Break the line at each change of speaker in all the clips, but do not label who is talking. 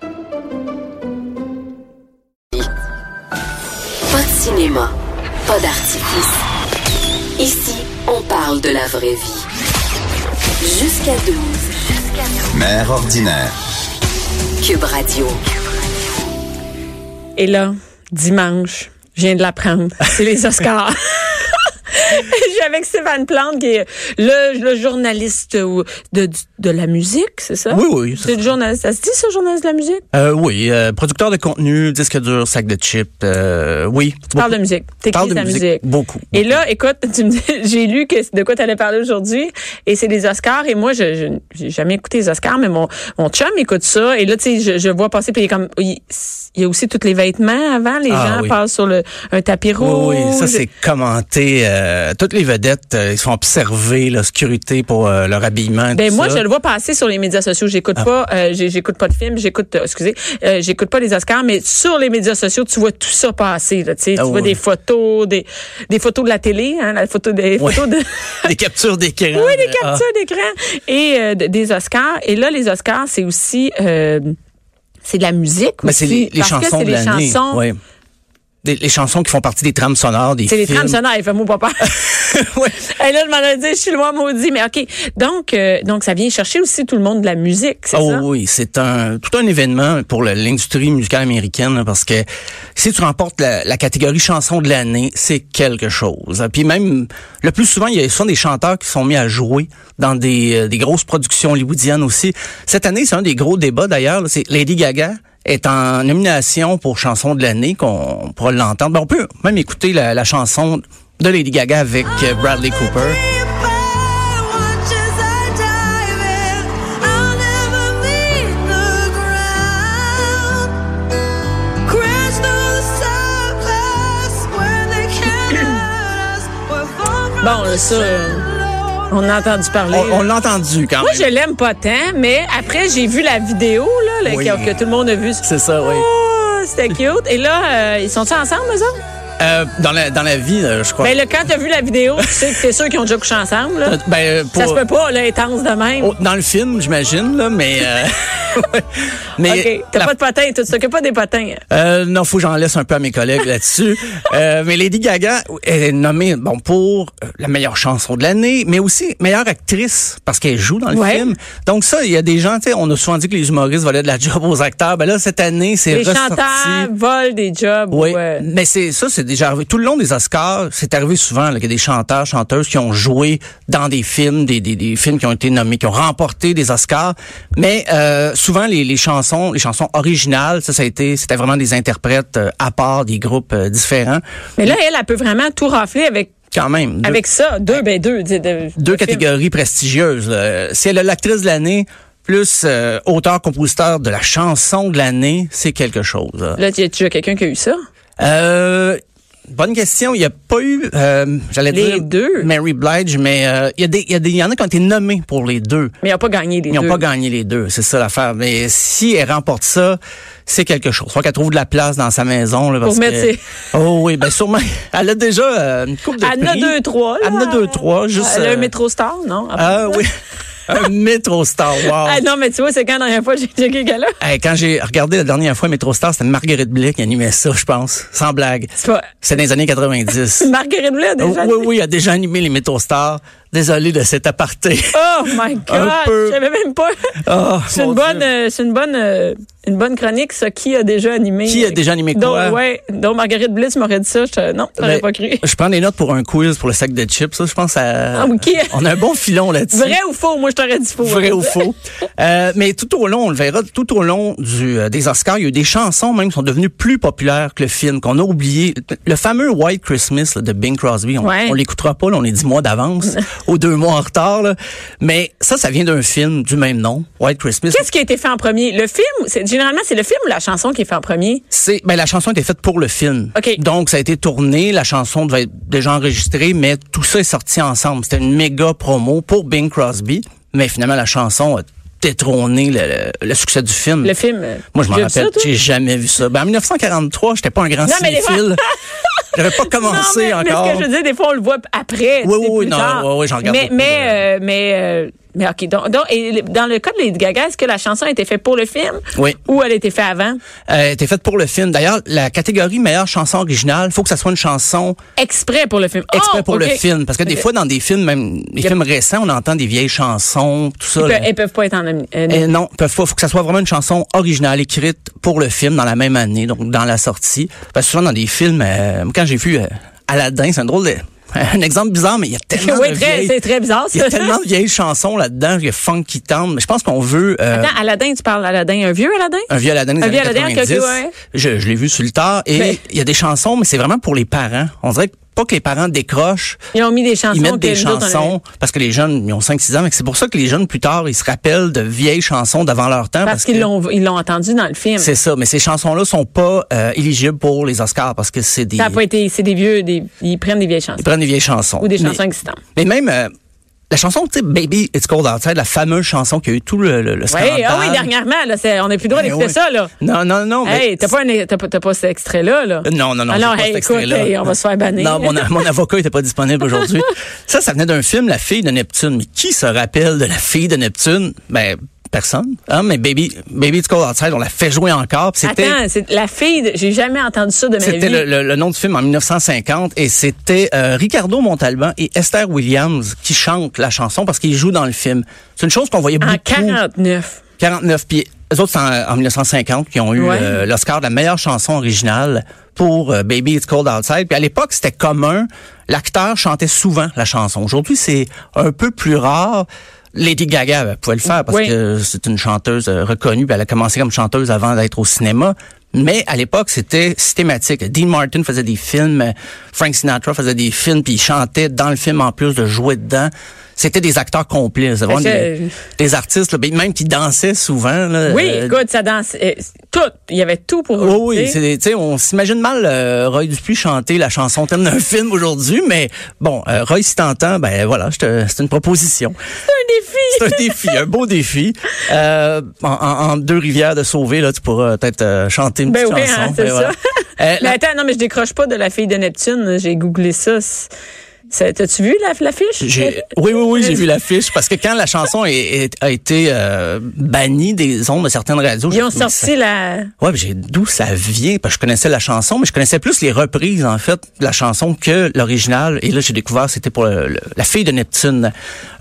Pas de cinéma, pas d'artifice. Ici, on parle de la vraie vie. Jusqu'à 12.
Mère ordinaire.
Cube Radio.
Et là, dimanche, je viens de l'apprendre. C'est les Oscars. Je suis avec Stéphane Plante, qui est le, le journaliste ou de, du- de la musique, c'est ça?
Oui, oui, c'est
Hein? C'est le journaliste. Ça se dit, ce journaliste de la musique?
Euh, oui, euh, producteur de contenu, disque dur, sac de chips, euh, oui.
Tu parles de musique. T'écris
Parle
de
de
la musique.
musique, beaucoup.
Et là, écoute, tu me dis, j'ai lu que, de quoi tu allais parler aujourd'hui, et c'est les Oscars, et moi, je, je j'ai jamais écouté les Oscars, mais mon, mon chum écoute ça, et là, tu sais, je, je vois passer, puis il est comme, il, il y a aussi tous les vêtements avant, les
Ah,
gens
oui.
passent sur le, un tapis rouge.
Oui, oui, ça c'est commenté. euh, toutes les vedettes, euh, ils se font observer la sécurité pour euh, leur habillement.
Ben
tout
moi,
ça. Ah.
je le vois passer sur les médias sociaux. J'écoute pas, euh, j'ai- j'écoute pas de films, j'écoute, euh, excusez, euh, j'écoute pas les Oscars, mais sur les médias sociaux, tu vois tout ça passer. Là, tu sais, tu
Ah
vois
oui.
des photos, des, des photos de la télé, hein, la photo des
Oui.
photos de.
Des captures d'écran.
Oui, des
euh,
captures d'écran et euh, de- des Oscars. Et là, les Oscars, c'est aussi euh, c'est de la musique
Mais
aussi,
c'est les, les
parce que
chansons
c'est
de
les
l'année.
chansons.
oui. Des- les chansons qui font partie des trames sonores, des
C'est les
films.
trames sonores, il fait moi papa.
Oui.
Et là, je m'en ai dit, je suis loin maudit, mais OK. Donc, euh, donc ça vient chercher aussi tout le monde de la musique, c'est
Oh
ça?
oui, c'est un tout un événement pour le- l'industrie musicale américaine là, parce que si tu remportes la, la catégorie chanson de l'année, c'est quelque chose. hein. Puis même le plus souvent, il y a souvent des chanteurs qui sont mis à jouer dans des, euh, des grosses productions hollywoodiennes aussi. Cette année, c'est un des gros débats d'ailleurs. là, C'est Lady Gaga est en nomination pour chanson de l'année qu'on pourra l'entendre. Ben, on peut même écouter la, la chanson de Lady Gaga avec euh, Bradley Cooper.
Bon, là, ça, euh,
uh,
On a entendu parler.
On, on
là.
l'a entendu quand
Moi,
même.
je l'aime pas tant, mais après, j'ai vu la vidéo là, là,
Oui.
que, que tout le monde a vue.
C'est ça, oui.
Oh, c'était cute. Et là, euh, ils sont-ils ensemble, eux autres?
Euh, dans, la, dans la vie, euh, je crois.
Ben, là, quand t'as vu la vidéo, tu sais que t'es sûr qu'ils ont déjà couché ensemble. Là.
Euh, ben, pour-
Ça se peut pas, là, intense de même.
Oh, dans le film, j'imagine, là, mais. euh, ouais. mais
OK. T'as
la-
pas de potins, toi, tu t'occupes pas des potins.
euh, non, faut que j'en laisse un peu à mes collègues là-dessus. Euh, mais Lady Gaga est nommée bon pour euh, la meilleure chanson de l'année, mais aussi meilleure actrice parce qu'elle joue dans le
Ouais.
film. Donc ça, il y a des gens, tu sais, on a souvent dit que les humoristes volaient de la job aux acteurs. Ben là, cette année, c'est
Les
ressorti.
chanteurs volent des jobs.
Oui,
ou, euh,
mais c'est ça, c'est déjà arrivé tout le long des Oscars. C'est arrivé souvent là, qu'il y a des chanteurs, chanteuses qui ont joué dans des films, des, des, des films qui ont été nommés, qui ont remporté des Oscars. Mais euh, souvent les, les chansons, les chansons originales, ça, ça a été, c'était vraiment des interprètes euh, à part, des groupes euh, différents.
Mais là, elle, elle peut vraiment tout rafler avec,
Quand même, deux,
avec ça. Deux, ben deux. tu sais, de-
deux
de films.
catégories prestigieuses. là. Si elle est l'actrice de l'année, plus euh, auteur-compositeur de la chanson de l'année, c'est quelque chose. là.
Là, tu tu as quelqu'un qui a eu ça.
Euh, bonne question. Il n'y a pas eu, euh, j'allais
Les
dire,
deux.
Mary Blige, mais euh, il y, a des- il y, a des- il y en a qui ont été nommés pour les deux.
Mais ils n'ont pas gagné les
Ils
deux.
n'ont pas gagné les deux, c'est ça l'affaire. Mais si elle remporte ça, c'est quelque chose. Faut qu'elle trouve de la place dans sa maison. Là, parce
mettre
que-
ses-
Oh oui, ben sûrement. Elle a déjà euh, une coupe de
Elle en a
prix.
deux, trois. là.
Elle en a deux, trois. Juste,
Elle a
euh,
un métro star, non?
Ah oui, un métro star, wow.
Ah non, mais tu vois, c'est quand la dernière fois j'ai checké qu'elle a.
Hey, quand j'ai regardé la dernière fois Métro Star, c'était Marguerite Blais qui animait ça, je pense. Sans blague.
C'est pas-
C'est dans les années 90.
Marguerite Blais, déjà.
Oh, Euh, Oui, oui, il a déjà animé les Métro Stars. Désolé de cet aparté.
Oh my God!
peu.
Je savais même pas.
Ah,
C'est
mon
une,
Dieu.
bonne, euh, c'est une bonne, euh, une bonne chronique, ça. Qui a déjà animé?
Qui a déjà animé
donc,
quoi?
Ouais, donc Marguerite Bliss m'aurait dit ça. Je, non,
Ben,
t'aurais pas cru.
Je prends des notes pour un quiz pour le sac de chips. Ça, je pense à...
Ah, ok.
On a un bon filon là-dessus.
Vrai ou faux? Moi, je t'aurais dit faux.
Vrai ou faux. Euh, mais tout au long, on le verra, tout au long du, euh, des Oscars, il y a eu des chansons même qui sont devenues plus populaires que le film, qu'on a oublié. Le fameux White Christmas là, de Bing Crosby, on,
Ouais.
on l'écoutera pas, là, on est dix mois d'avance. ou deux mois en retard. là. Mais ça, ça vient d'un film du même nom, White Christmas.
Qu'est-ce qui a été fait en premier? Le film? C'est- Généralement, c'est le film ou la chanson qui est fait en premier?
C'est ben la chanson était faite pour le film.
OK.
Donc ça a été tourné, la chanson devait être déjà enregistrée, mais tout ça est sorti ensemble. C'était une méga promo pour Bing Crosby, mais finalement la chanson a détrôné le, le succès du film.
Le film. euh,
Moi je m'en
tu as vu ça,
rappelle,
toi?
j'ai jamais vu ça. Ben en 1943, j'étais pas un grand
Non, mais les-
cinéphile. J'avais pas
Non,
commencé
mais, mais
encore.
ce que je veux dire, des fois, on le voit après. tu
Oui,
sais,
oui, oui,
plus
non,
tard.
oui, oui, j'en regarde
Mais,
beaucoup,
mais, euh, mais, euh, mais, OK. Donc, donc, et le- dans le cas de Lady Gaga, est-ce que la chanson a été faite pour le film?
Oui.
Ou elle a été faite avant?
Euh, était faite pour le film. D'ailleurs, la catégorie meilleure chanson originale, faut que ça soit une chanson
Exprès pour le film.
exprès
Oh,
pour
OK.
le film. Parce que des
OK.
fois, dans des films, même des
Yep.
films récents, on entend des vieilles chansons, tout ça.
Ils
là.
peuvent, elles peuvent pas être en ami- euh,
Euh, non, peuvent pas. Faut que ça soit vraiment une chanson originale écrite pour le film dans la même année, donc dans la sortie. Parce que souvent dans des films, euh, quand j'ai vu euh, Aladdin, c'est un drôle de, un exemple bizarre, mais il y a tellement
Oui,
de
très-
vieilles-
c'est très bizarre, ça.
Il y a tellement de vieilles chansons là-dedans, il y a funk qui tente. Mais je pense qu'on veut euh,
Attends, Aladdin, tu parles d'Aladdin, un vieux Aladdin?
un vieux Aladdin des
Un
années
vieux Aladdin, ok,
90.
ok, ouais.
Je, je l'ai vu sur le tard et il
Mais-
y a des chansons, mais c'est vraiment pour les parents. On dirait que pas que les parents décrochent.
Ils ont mis des chansons.
Ils mettent des
que nous autres, on avait-
chansons parce que les jeunes, ils ont 5-6 ans, mais c'est pour ça que les jeunes, plus tard, ils se rappellent de vieilles chansons d'avant leur temps.
Parce qu'ils
que-
l'ont, ils l'ont entendu dans le film.
C'est ça, mais ces chansons-là sont pas euh, éligibles pour les Oscars parce que c'est des
Ça a pas été, c'est des vieux, des, ils prennent des vieilles chansons.
ils prennent des vieilles chansons
Ou des
Mais-
chansons existantes.
Mais, même euh, la chanson tu sais, Baby It's Cold Outside, la fameuse chanson qui a eu tout le le, le
Oui,
scandale.
ah oui, dernièrement, là, c'est- on n'a plus le droit
Eh
d'écouter
oui.
ça, là.
Non non non, mais Euh,
Hey, t'as pas, un- t'as pas, t'as pas cet extrait-là, là?
non, non, non,
Alors,
j'ai pas
hey,
cet
écoute,
extrait-là.
hey, on va se faire
Non,
bannir.
mon, mon avocat était pas disponible aujourd'hui. ça, ça venait d'un film, La fille de Neptune. Mais qui se rappelle de La fille de Neptune? Ben, personne. Ah, mais Baby, Baby It's Cold Outside, on la fait jouer encore. puis C'était
Attends, c'est la fille, de- j'ai jamais entendu ça de ma vie.
C'était le, le- le nom du film en 1950 et c'était euh, Ricardo Montalban et Esther Williams qui chantent la chanson parce qu'ils jouent dans le film. C'est une chose qu'on voyait
En
beaucoup.
49.
49. Puis eux autres, c'est en, en 1950 qui ont eu
Ouais.
euh, l'Oscar de la meilleure chanson originale pour euh, Baby It's Cold Outside. Puis à l'époque, c'était commun. L'acteur chantait souvent la chanson. Aujourd'hui, c'est un peu plus rare. Lady Gaga elle pouvait le faire parce
Oui.
que c'est une chanteuse euh, reconnue. Puis elle a commencé comme chanteuse avant d'être au cinéma. Mais à l'époque, c'était systématique. Dean Martin faisait des films, euh, Frank Sinatra faisait des films, puis il chantait dans le film en plus de jouer dedans. C'était des acteurs complices. Vraiment
que- euh,
des- des artistes, là, ben, même qui dansaient souvent. Là,
Oui,
euh,
écoute, ça danse. euh, Tout. Il y avait tout pour
Oui,
eux.
oui,
tu sais.
c'est des- tu sais, on s'imagine mal euh, Roy Dupuis chanter la chanson thème d'un film aujourd'hui, mais bon, euh, Roy, si t'entends, ben voilà, je te- c'est une proposition.
C'est un défi.
C'est un défi, un beau défi. Euh, en, en- en deux rivières de sauver, là, tu pourras peut-être euh, chanter une
Ben
petite
oui,
chanson.
hein,
ben
c'est ça.
voilà. Euh,
Mais
la-
attends, non, mais je décroche pas de la fille de Neptune. J'ai googlé ça. C'est- c'est- T'as-tu vu la, la fiche?
J'ai- oui, oui, oui, j'ai vu l'affiche parce que quand la chanson est- est- a été euh, bannie des ondes de certaines radios,
Ils ont
j'ai- mais ça-
sorti la.
Ouais, mais j'ai d'où ça vient parce que je connaissais la chanson, mais je connaissais plus les reprises en fait de la chanson que l'original. Et là, j'ai découvert que c'était pour le- le- la fille de Neptune.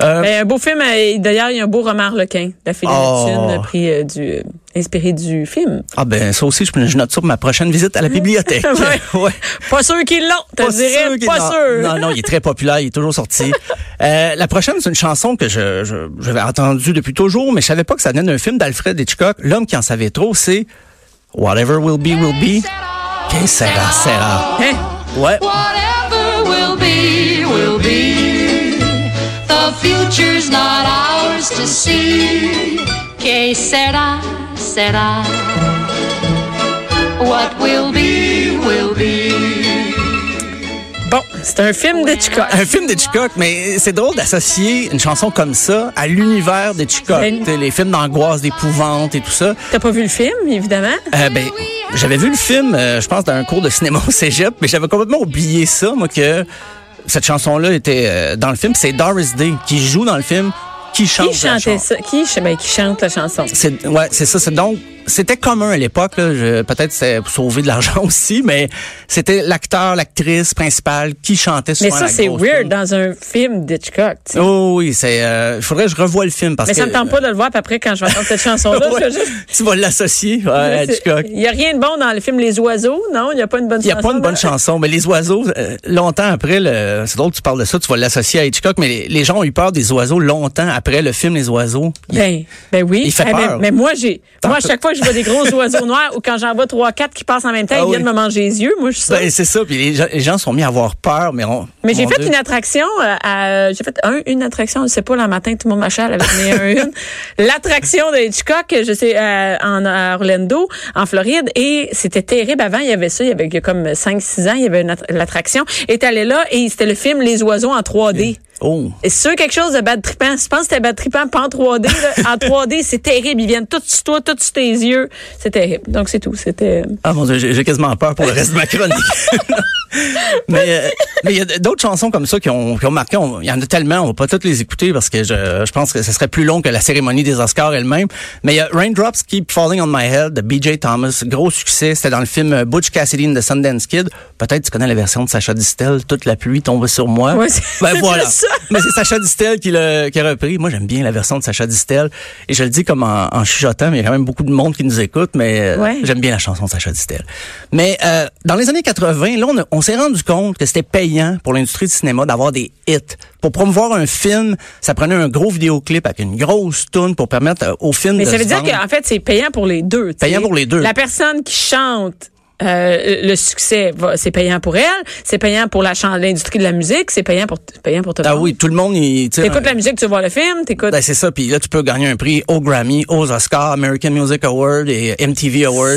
Euh,
Ben, un beau film. euh, D'ailleurs, il y a un beau Romard Lequin, la fille de
Oh.
Neptune, pris, euh, du, euh, inspiré du film.
ah ben ça aussi, je, je note ça pour ma prochaine visite à la bibliothèque.
Ouais.
Ouais.
Pas sûr qu'ils l'ont, te dirais.
qu'il-
pas
non,
sûr.
Non, non, il est très populaire, il est toujours sorti. Euh, la prochaine, c'est une chanson que je, je, j'avais entendue depuis toujours, mais je savais pas que ça venait d'un film d'Alfred Hitchcock. L'homme qui en savait trop, c'est Whatever Will Be Will Be. Que sera, sera.
Hein?
Ouais.
Whatever will be, will be. The future's not ours to see. Que será, será. What will be, will be.
Bon, c'est un film d'Hitchcock.
un film d'Hitchcock, mais c'est drôle d'associer une chanson comme ça à l'univers d'Hitchcock.
Ben-
Tu sais, Les films d'angoisse, d'épouvante et tout ça.
T'as pas vu le film, évidemment.
Euh, ben, j'avais vu le film, euh, je pense, dans un cours de cinéma au cégep, mais j'avais complètement oublié ça, moi, que cette chanson-là était euh, dans le film. C'est Doris Day qui joue dans le film, qui chante
Qui
la
chantait
chanson.
ça? Qui, ch- ben, qui chante la chanson?
C'est ouais, c'est ça. C'est donc c'était commun à l'époque. là, je- Peut-être c'était pour sauver de l'argent aussi, mais c'était l'acteur, l'actrice principale qui chantait
Mais
souvent
ça,
la
c'est
grosse
weird
tune.
dans un film d'Hitchcock. tu sais.
Oh oui, c'est. euh, faudrait que je revoie le film parce
Mais
que. euh,
ça me tente pas de le voir, puis après, quand je vais entendre cette chanson-là, je
Ouais,
vais juste.
Tu vas l'associer ouais, à Hitchcock.
Il n'y a rien de bon dans le film Les Oiseaux, non? Il n'y a pas une bonne
Il n'y a
chanson.
pas une bonne
là?
chanson, mais les oiseaux, euh, longtemps après, le, c'est drôle que tu parles de ça, tu vas l'associer à Hitchcock, mais les, les gens ont eu peur des oiseaux longtemps après le film Les Oiseaux.
Ben, ben oui.
Il fait
Eh ben,
peur.
mais moi, j'ai,
T'en
moi, à
peux-
chaque fois que je vois des gros oiseaux noirs ou quand j'en vois trois, quatre qui passent en même temps,
Ah
ils viennent
oui.
me manger les yeux. Moi, je suis ça.
Ben, c'est ça. Puis les gens, les gens sont mis à avoir peur, mais on.
Mais j'ai
mon
fait
Dieu.
une attraction, euh, à- j'ai fait un, une attraction, je sais pas, le matin, tout le monde m'achale avec mes un, une. L'attraction de Hitchcock, je sais, euh, en à Orlando, en Floride, et c'était terrible. Avant, il y avait ça, il y avait il y a comme 5-6 ans, il y avait une attra- l'attraction. Et t'allais là, et c'était le film Les oiseaux en 3D.
Oh.
Et C'est sûr, quelque chose de bad trippant. Je pense que c'était bad trippant, pas en 3D. là. En 3D, c'est terrible. Ils viennent tous sur toi, tous sur tes yeux. C'est terrible. Donc, c'est tout. C'était... euh,
Ah mon Dieu, j'ai j'ai quasiment peur pour le reste de ma chronique. mais euh, mais il y a d'autres chansons comme ça qui ont, qui ont marqué. On- Il y en a tellement, on va pas toutes les écouter parce que je, je pense que ce serait plus long que la cérémonie des Oscars elle-même. Mais il y a Raindrops Keep Falling on My Head de B.J. Thomas, gros succès. C'était dans le film Butch Cassidy and the Sundance Kid. Peut-être tu connais la version de Sacha Distel, toute la pluie tombe sur moi.
Ouais, c'est-
ben
c'est
voilà.
plus ça.
Mais c'est Sacha Distel qui, l'a- qui a repris. Moi, j'aime bien la version de Sacha Distel. Et je le dis comme en, en chuchotant, mais il y a quand même beaucoup de monde qui nous écoute. Mais euh,
Ouais.
j'aime bien la chanson de Sacha Distel. Mais euh, dans les années 80, là, on, a- on s'est rendu compte que c'était payant pour l'industrie du cinéma d'avoir des hits. Pour promouvoir un film, ça prenait un gros vidéoclip avec une grosse toune pour permettre euh, au film
Mais
de
ça
se
veut dire
vendre.
qu'en fait, c'est payant pour les deux. tu sais.
Payant pour les deux.
La personne qui chante euh, le succès, va- c'est payant pour elle, c'est payant pour la chan- l'industrie de la musique, c'est payant pour, c'est payant pour tout le
Ah
monde.
oui, tout le monde... il- tu sais,
T'écoutes la musique, tu vois le film, t'écoutes.
Ben c'est ça, puis là tu peux gagner un prix au Grammy, aux Oscars, American Music Award et MTV Awards.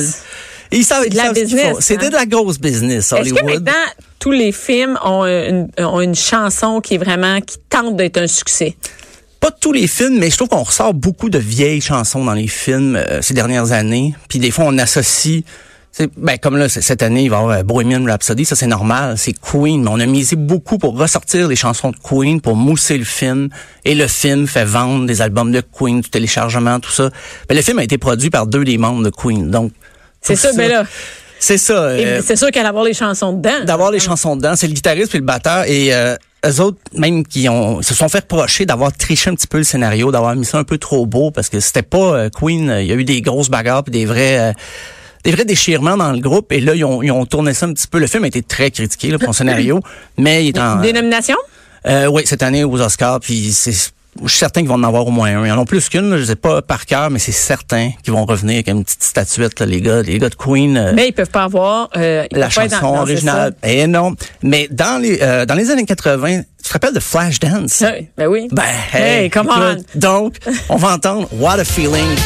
Et Ils savent,
de
ils
la
savent ce qu'ils
business,
font. C'était
hein.
de la grosse business
Est-ce
Hollywood.
que maintenant, tous les films ont euh, une, ont une chanson qui est vraiment, qui tente d'être un succès?
Pas tous les films, mais je trouve qu'on ressort beaucoup de vieilles chansons dans les films euh, ces dernières années. Puis des fois on associe c'est- ben comme là c- cette année il va y avoir euh, Bohemian Rhapsody, ça c'est normal, c'est Queen, mais on a misé beaucoup pour ressortir les chansons de Queen pour mousser le film et le film fait vendre des albums de Queen, du téléchargement, tout ça. Mais le film a été produit par deux des membres de Queen. Donc
C'est
tout
ça, ben là.
C'est ça.
Et
euh,
c'est sûr qu'elle va avoir les chansons dedans.
d'avoir les chansons dedans, c'est le guitariste puis le batteur et euh, eux autres même qui ont se sont fait reprocher d'avoir triché un petit peu le scénario, d'avoir mis ça un peu trop beau parce que c'était pas euh, Queen, euh, il y a eu des grosses bagarres puis des vrais euh, des vrais déchirements dans le groupe et là ils ont, ils ont tourné ça un petit peu. Le film a été très critiqué là, pour son scénario, mais il est en
Des nominations?
euh, oui, cette année aux Oscars, puis c'est je suis certain qu'ils vont en avoir au moins un. Ils en ont plus qu'une, là, je sais pas par cœur, mais c'est certain qu'ils vont revenir avec une petite statuette, là, les gars, les gars de Queen. euh,
Mais Ben, ils peuvent pas avoir, euh, ils
la
peuvent
chanson
pas être dans- non, c'est
originale. Et non. Mais dans les, euh, dans les années 80, tu te rappelles de Flashdance?
ça. Oui, Ben oui.
Ben, hey,
Hey, come on.
écoute, Donc, on va entendre What a Feeling.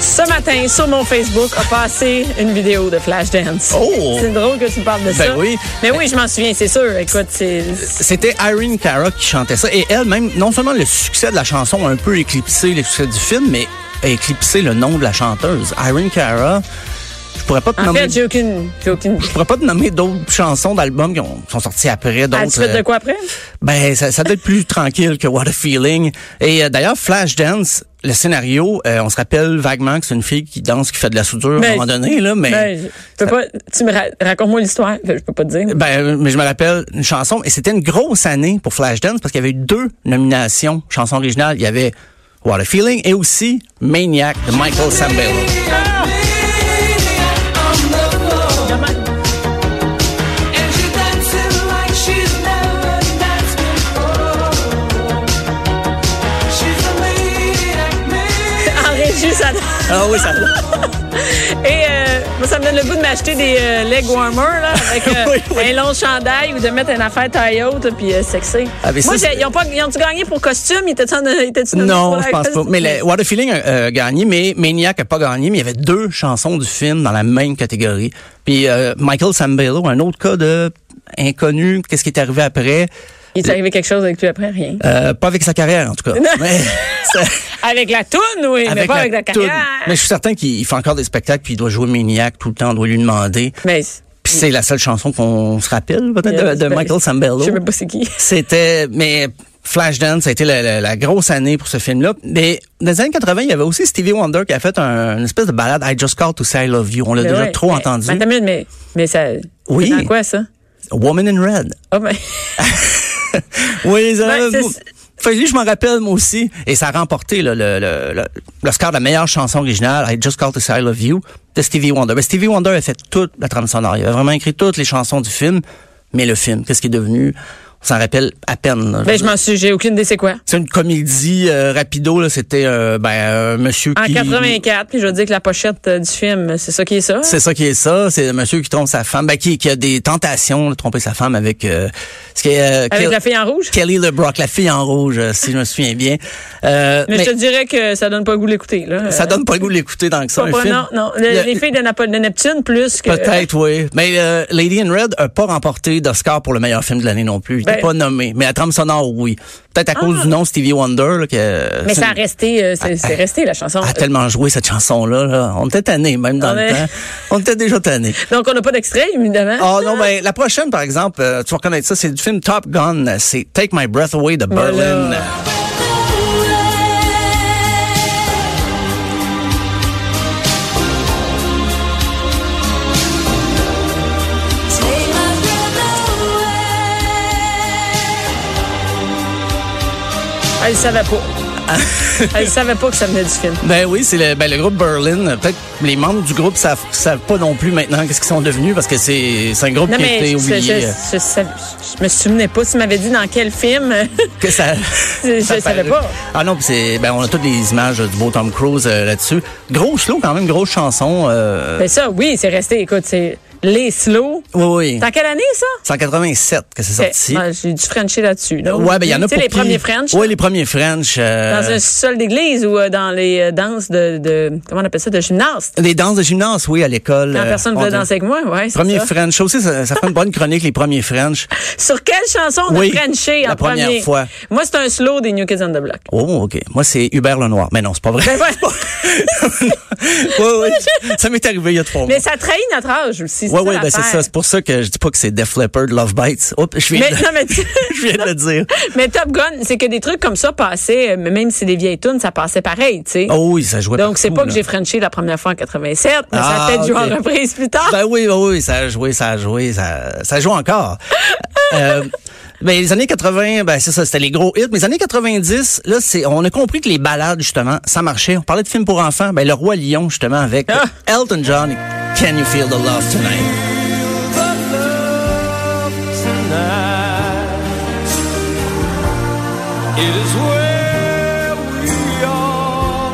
Ce matin, sur mon Facebook, a passé une vidéo de Flashdance.
Oh!
C'est drôle que tu me parles de ça.
Ben oui.
Mais oui, je m'en souviens, c'est sûr. Écoute, c'est...
C'était Irene Cara qui chantait ça. Et elle, même, non seulement le succès de la chanson a un peu éclipsé le succès du film, mais a éclipsé le nom de la chanteuse. Irene Cara, je pourrais pas te
En
nommer.
fait, j'ai aucune... J'ai aucune...
je pourrais pas te nommer d'autres chansons d'albums qui ont- sont sorties après, d'autres.
As-tu fait
euh,
de quoi après?
Ben, ça, ça doit être plus tranquille que What a Feeling. Et euh, d'ailleurs, Flashdance, le scénario, euh, on se rappelle vaguement que c'est une fille qui danse, qui fait de la soudure à un
Ben,
moment donné, là, mais...
Ben, je peux pas... Tu me ra- racontes-moi l'histoire. Je peux pas te dire.
Ben, mais je me rappelle une chanson, et c'était une grosse année pour Flashdance parce qu'il y avait eu deux nominations, chanson originale. Il y avait What a Feeling et aussi Maniac de Michael Sambello.
En régie, ça...
Ah oui, ça...
Et euh, moi, ça me donne le goût de m'acheter des euh, leg warmers, là, avec euh,
Oui, oui.
un long chandail ou de mettre une affaire taille haute, puis euh, sexy.
Ah, mais ça,
moi, j'ai-
c'est-
ils ont, pas, ils ont dû gagner pour costume. Ils étaient-tu en- ils étaient-tu nommés
Non,
pour
je
la
pense pas.
costume?
Mais le What a Feeling a euh, gagné, mais Maniac a pas gagné, mais il y avait deux chansons du film dans la même catégorie. Puis euh, Michael Sambello, un autre cas de inconnu, qu'est-ce qui est arrivé après?
Il est arrivé quelque chose avec lui après? Rien.
Euh, pas avec sa carrière, en tout cas. Mais ça-
Avec la toune, oui, mais pas avec la
toune.
carrière.
Mais je suis certain qu'il il fait encore des spectacles, puis il doit jouer Maniac tout le temps, on doit lui demander.
Mais
Puis c'est la seule chanson qu'on se rappelle, peut-être, de, de Michael Sambello.
Euh, ben, Je sais même pas c'est qui.
C'était, mais Flashdance, ça a été la, la- la grosse année pour ce film-là. Mais dans les années 80, il y avait aussi Stevie Wonder qui a fait un- une espèce de balade I Just Called to Say I Love You. On l'a
Mais
déjà
Ben ouais,
trop
mais-
entendu.
Mais, attends une minute, mais, mais ça.
Oui.
c'est Dans quoi, ça?
Woman in Red.
Oh, ben,
Oui, ça-
ben, c'est-
Fait que lui, je m'en rappelle, moi aussi. Et ça a remporté là, le, le, le, le score de la meilleure chanson originale, I Just Called to Say I Love You, de Stevie Wonder. Ben, Stevie Wonder a fait toute la trame sonore. Il a vraiment écrit toutes les chansons du film, mais le film, qu'est-ce qui est devenu? On s'en rappelle à peine. là.
Ben, je m'en suis, j'ai aucune idée c'est quoi.
C'est une comédie euh, rapido, là, c'était euh, ben, un monsieur
En
qui...
84, puis je veux dire que la pochette euh, du film, c'est ça qui est ça.
C'est ça qui est ça, c'est le monsieur qui trompe sa femme, ben, qui, qui a des tentations de tromper sa femme avec... euh, ce qui est, euh,
Avec
Kel-
la fille en rouge.
Kelly LeBrock, la fille en rouge, euh, si je me souviens bien. Euh,
Mais,
mais
je te dirais que ça donne pas le goût de l'écouter. là.
ça
Euh,
donne pas le goût de l'écouter dans
pas-
ça, un
pas-
film.
Non, non. Le-
Il y a-
les filles de, Napo- de Neptune plus que.
Peut-être, oui. Mais euh, Lady in Red a pas remporté d'Oscar pour le meilleur film de l'année non plus. Il
Ben- Ah.
était pas nommé. Mais la trame sonore, oui. Peut-être à cause du nom Stevie Wonder. là, que,
Mais
c'est
ça a
une-
resté, euh,
Ah,
c'est c'est resté la chanson.
a tellement joué cette chanson-là. là. On était tannés, même dans
On
le
est-
temps. On était déjà tannés.
Donc on n'a pas d'extrait évidemment.
Ah non, ben la prochaine, par exemple, euh, tu vas reconnaître ça, c'est du film Top Gun. C'est Take My Breath Away de
là-
Berlin.
Elle ne savait pas.
Ah.
Elle savait pas que ça venait du film.
Ben oui, c'est le, ben, le groupe Berlin. Euh, Peut-être que les membres du groupe savent, savent pas non plus maintenant qu'est-ce qu'ils sont devenus parce que c'est c'est un groupe
Non
qui a
mais
été
je, je,
oublié. euh,
je- je sav- je me souvenais pas si m'avait dit dans quel film.
que ça.
Je-
ça
je savais
paraît.
pas.
Ah non, puis c'est ben on a toutes les images euh, du beau Tom Cruise euh, là-dessus. Gros slow quand même, grosse chanson. euh,
mais ça, oui, c'est resté. Écoute, c'est les slow.
oui, oui.
Dans quelle année ça?
187 que c'est sorti.
Ah, J'ai du Frenché là-dessus. là.
Ouais, ben il y en a
Oh, Tu sais,
pour
les
qui-
premiers French.
Ouais, les premiers French. euh,
Dans un sol d'église ou euh, dans les euh, danses de, de- comment on appelle ça de gymnaste.
euh, Des danses de gymnase, oui, à l'école.
Quand
euh,
personne ne
on
veut
dit-
danser avec moi, ouais, c'est
Premier
ça.
French. Ça aussi, ça, ça fait une bonne chronique, les premiers French.
Sur quelle chanson on
Oui,
a Frenché
la
en premier?
première fois.
Moi, c'est un slow des New Kids on the Block.
Oh, OK. Moi, c'est Hubert Lenoir. Mais non, c'est pas vrai.
Ben ouais.
oui, oui. Ça m'est arrivé il y a trois mois.
Mais ça trahit notre âge aussi.
Oui, oui, ben c'est
l'affaire.
ça. C'est pour ça que je dis pas que c'est Def Leppard, Love Bites. Oups, je viens,
Mais,
de,
non, mais,
je viens de le dire.
mais Top Gun, c'est que des trucs comme ça passaient, euh, même si c'est des vieilles tunes, ça passait pareil, tu sais.
Oh oui, ça jouait
Donc, c'est
partout,
pas que
là.
j'ai Frenché la première fois en 87, mais ça
Ah,
a peut-être joué
ok.
en reprise plus tard.
Ben oui, ben oui, ça a joué, ça a joué, ça, ça joue encore. euh, ben, les années 80, ben c'est ça, c'était les gros hits. Mais les années 90, là, c'est, on a compris que les balades, justement, ça marchait. On parlait de films pour enfants. Ben, Le Roi Lion, justement, avec
Ah.
Elton John. et Can you feel the love tonight?
It is where we are.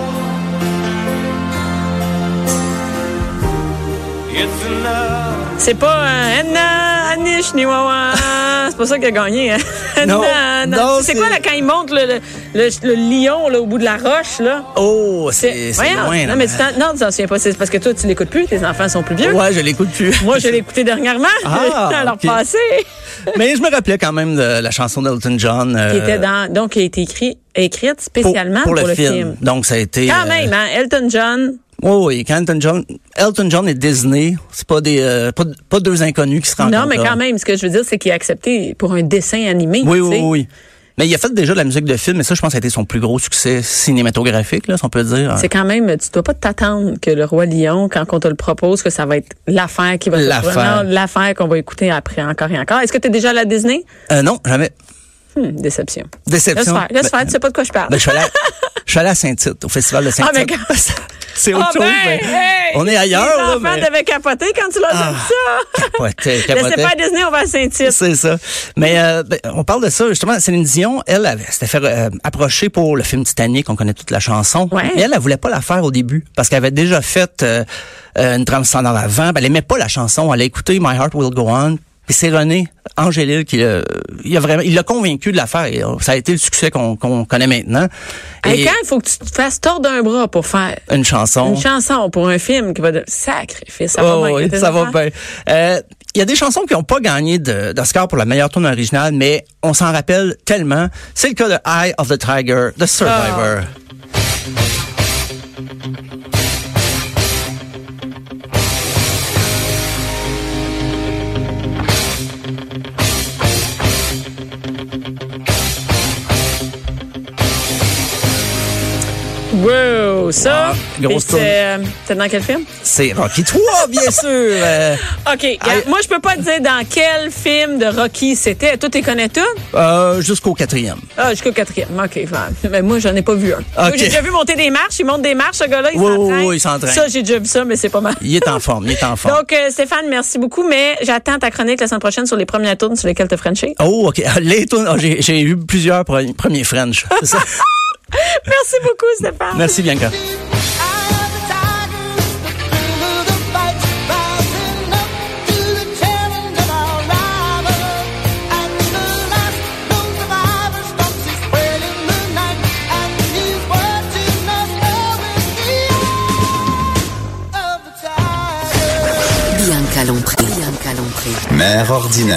It's enough.
C'est pas euh, Anna, Anish, Niwawa. C'est pas ça qu'il a gagné. Hein?
Non,
Anna, Anna.
non,
c'est
c'est-
quoi là, quand il monte le, le, le, le lion là, au bout de la roche? là?
Oh, c'est, c'est
Voyons,
loin, là. hein.
Non, mais tu t'en- non, tu t'en souviens pas. C'est parce que toi, tu l'écoutes plus. Tes enfants sont plus vieux.
Ouais, je l'écoute plus.
Moi, je l'ai écouté dernièrement.
Ah,
dans leur
ok.
passé.
mais je me rappelais quand même de la chanson d'Elton John. euh,
Qui était dans, donc, qui a été écrit, écrite
pour,
spécialement
pour le, film. Donc, ça a été.
Quand
euh,
même, hein, Elton John.
Oui, oui, quand Elton John, Elton John et Disney, c'est pas des, euh, pas, pas deux inconnus qui se rencontrent.
Non, mais
là.
quand même, ce que je veux dire, c'est qu'il est accepté pour un dessin animé.
Oui,
tu
oui,
sais.
oui. Mais il a fait déjà de la musique de film, et ça, je pense, que ça a été son plus gros succès cinématographique, là, si on peut dire.
C'est quand même, tu dois pas t'attendre que le roi lion, quand on te le propose, que ça va être l'affaire qui va te
L'affaire.
Non, l'affaire qu'on va écouter après encore et encore. Est-ce que tu es déjà à la Disney?
Euh, non, jamais.
Hum, déception. Laisse
Déception.
faire, laisse
Ben,
faire, tu sais pas de quoi je parle.
ben, je suis allé à, je suis allé à Saint-Tite, au festival de
Ah, mais
Saint-Tite.
quand-
C'est autre
Ah,
chose,
ben,
mais
hey!
on est ailleurs,
Les
là, ben.
enfants
mais-
devaient capoter quand tu leur as dit ça.
capotait,
Laissez
capotait.
pas à Disney, on va à Saint-Tite.
C'est ça. Mais euh, ben, on parle de ça justement. Céline Dion, elle, elle s'était fait euh, approcher pour le film Titanic. On connaît toute la chanson.
Ouais.
Mais elle, elle voulait pas la faire au début parce qu'elle avait déjà fait euh, euh, une trame sonore avant. Ben, elle aimait pas la chanson. Elle a écouté My Heart Will Go On. Puis c'est René Angélil qui l'a- il a vraiment, il l'a convaincu de la faire. Et, euh, ça a été le succès qu'on qu'on connaît maintenant.
Et
Et
quand il faut que tu te fasses tordre un bras pour faire
une chanson.
une chanson pour un film qui va de sacrifice, ça
Oh,
va
oui,
bien. tes
ça va
enfants.
bien. Euh, Il y a des chansons qui n'ont pas gagné de- d'Oscar pour la meilleure tourne originale, mais on s'en rappelle tellement. C'est le cas de Eye of the Tiger, The Survivor.
Ah. Wow, beau ça.
Ah, grosse
Et c'est- T'es dans quel film?
C'est Rocky 3, bien sûr. Euh,
OK. regarde, moi, je peux pas te dire dans quel film de Rocky c'était. Toi, tu connais tout?
euh, Jusqu'au quatrième.
Ah, jusqu'au quatrième. OK. ouais. Mais moi, j'en ai pas vu un. Moi,
OK.
J'ai déjà vu monter des marches. Il monte des marches, ce gars-là. Il
Oui,
s'entraîne.
oui, oui, il s'entraîne.
Ça, j'ai déjà vu ça, mais c'est pas mal.
Il est en forme, il est en forme.
Donc, euh, Stéphane, merci beaucoup, mais j'attends ta chronique la semaine prochaine sur les premières tournes sur lesquelles te Frenché.
Oh, OK. Les tunes, oh, j'ai j'ai eu plusieurs pre- premiers French. C'est ça.
Merci beaucoup, Stéphane.
Merci, Bianca.
Bianca Lompré. Bianca Lompré.
mère ordinaire.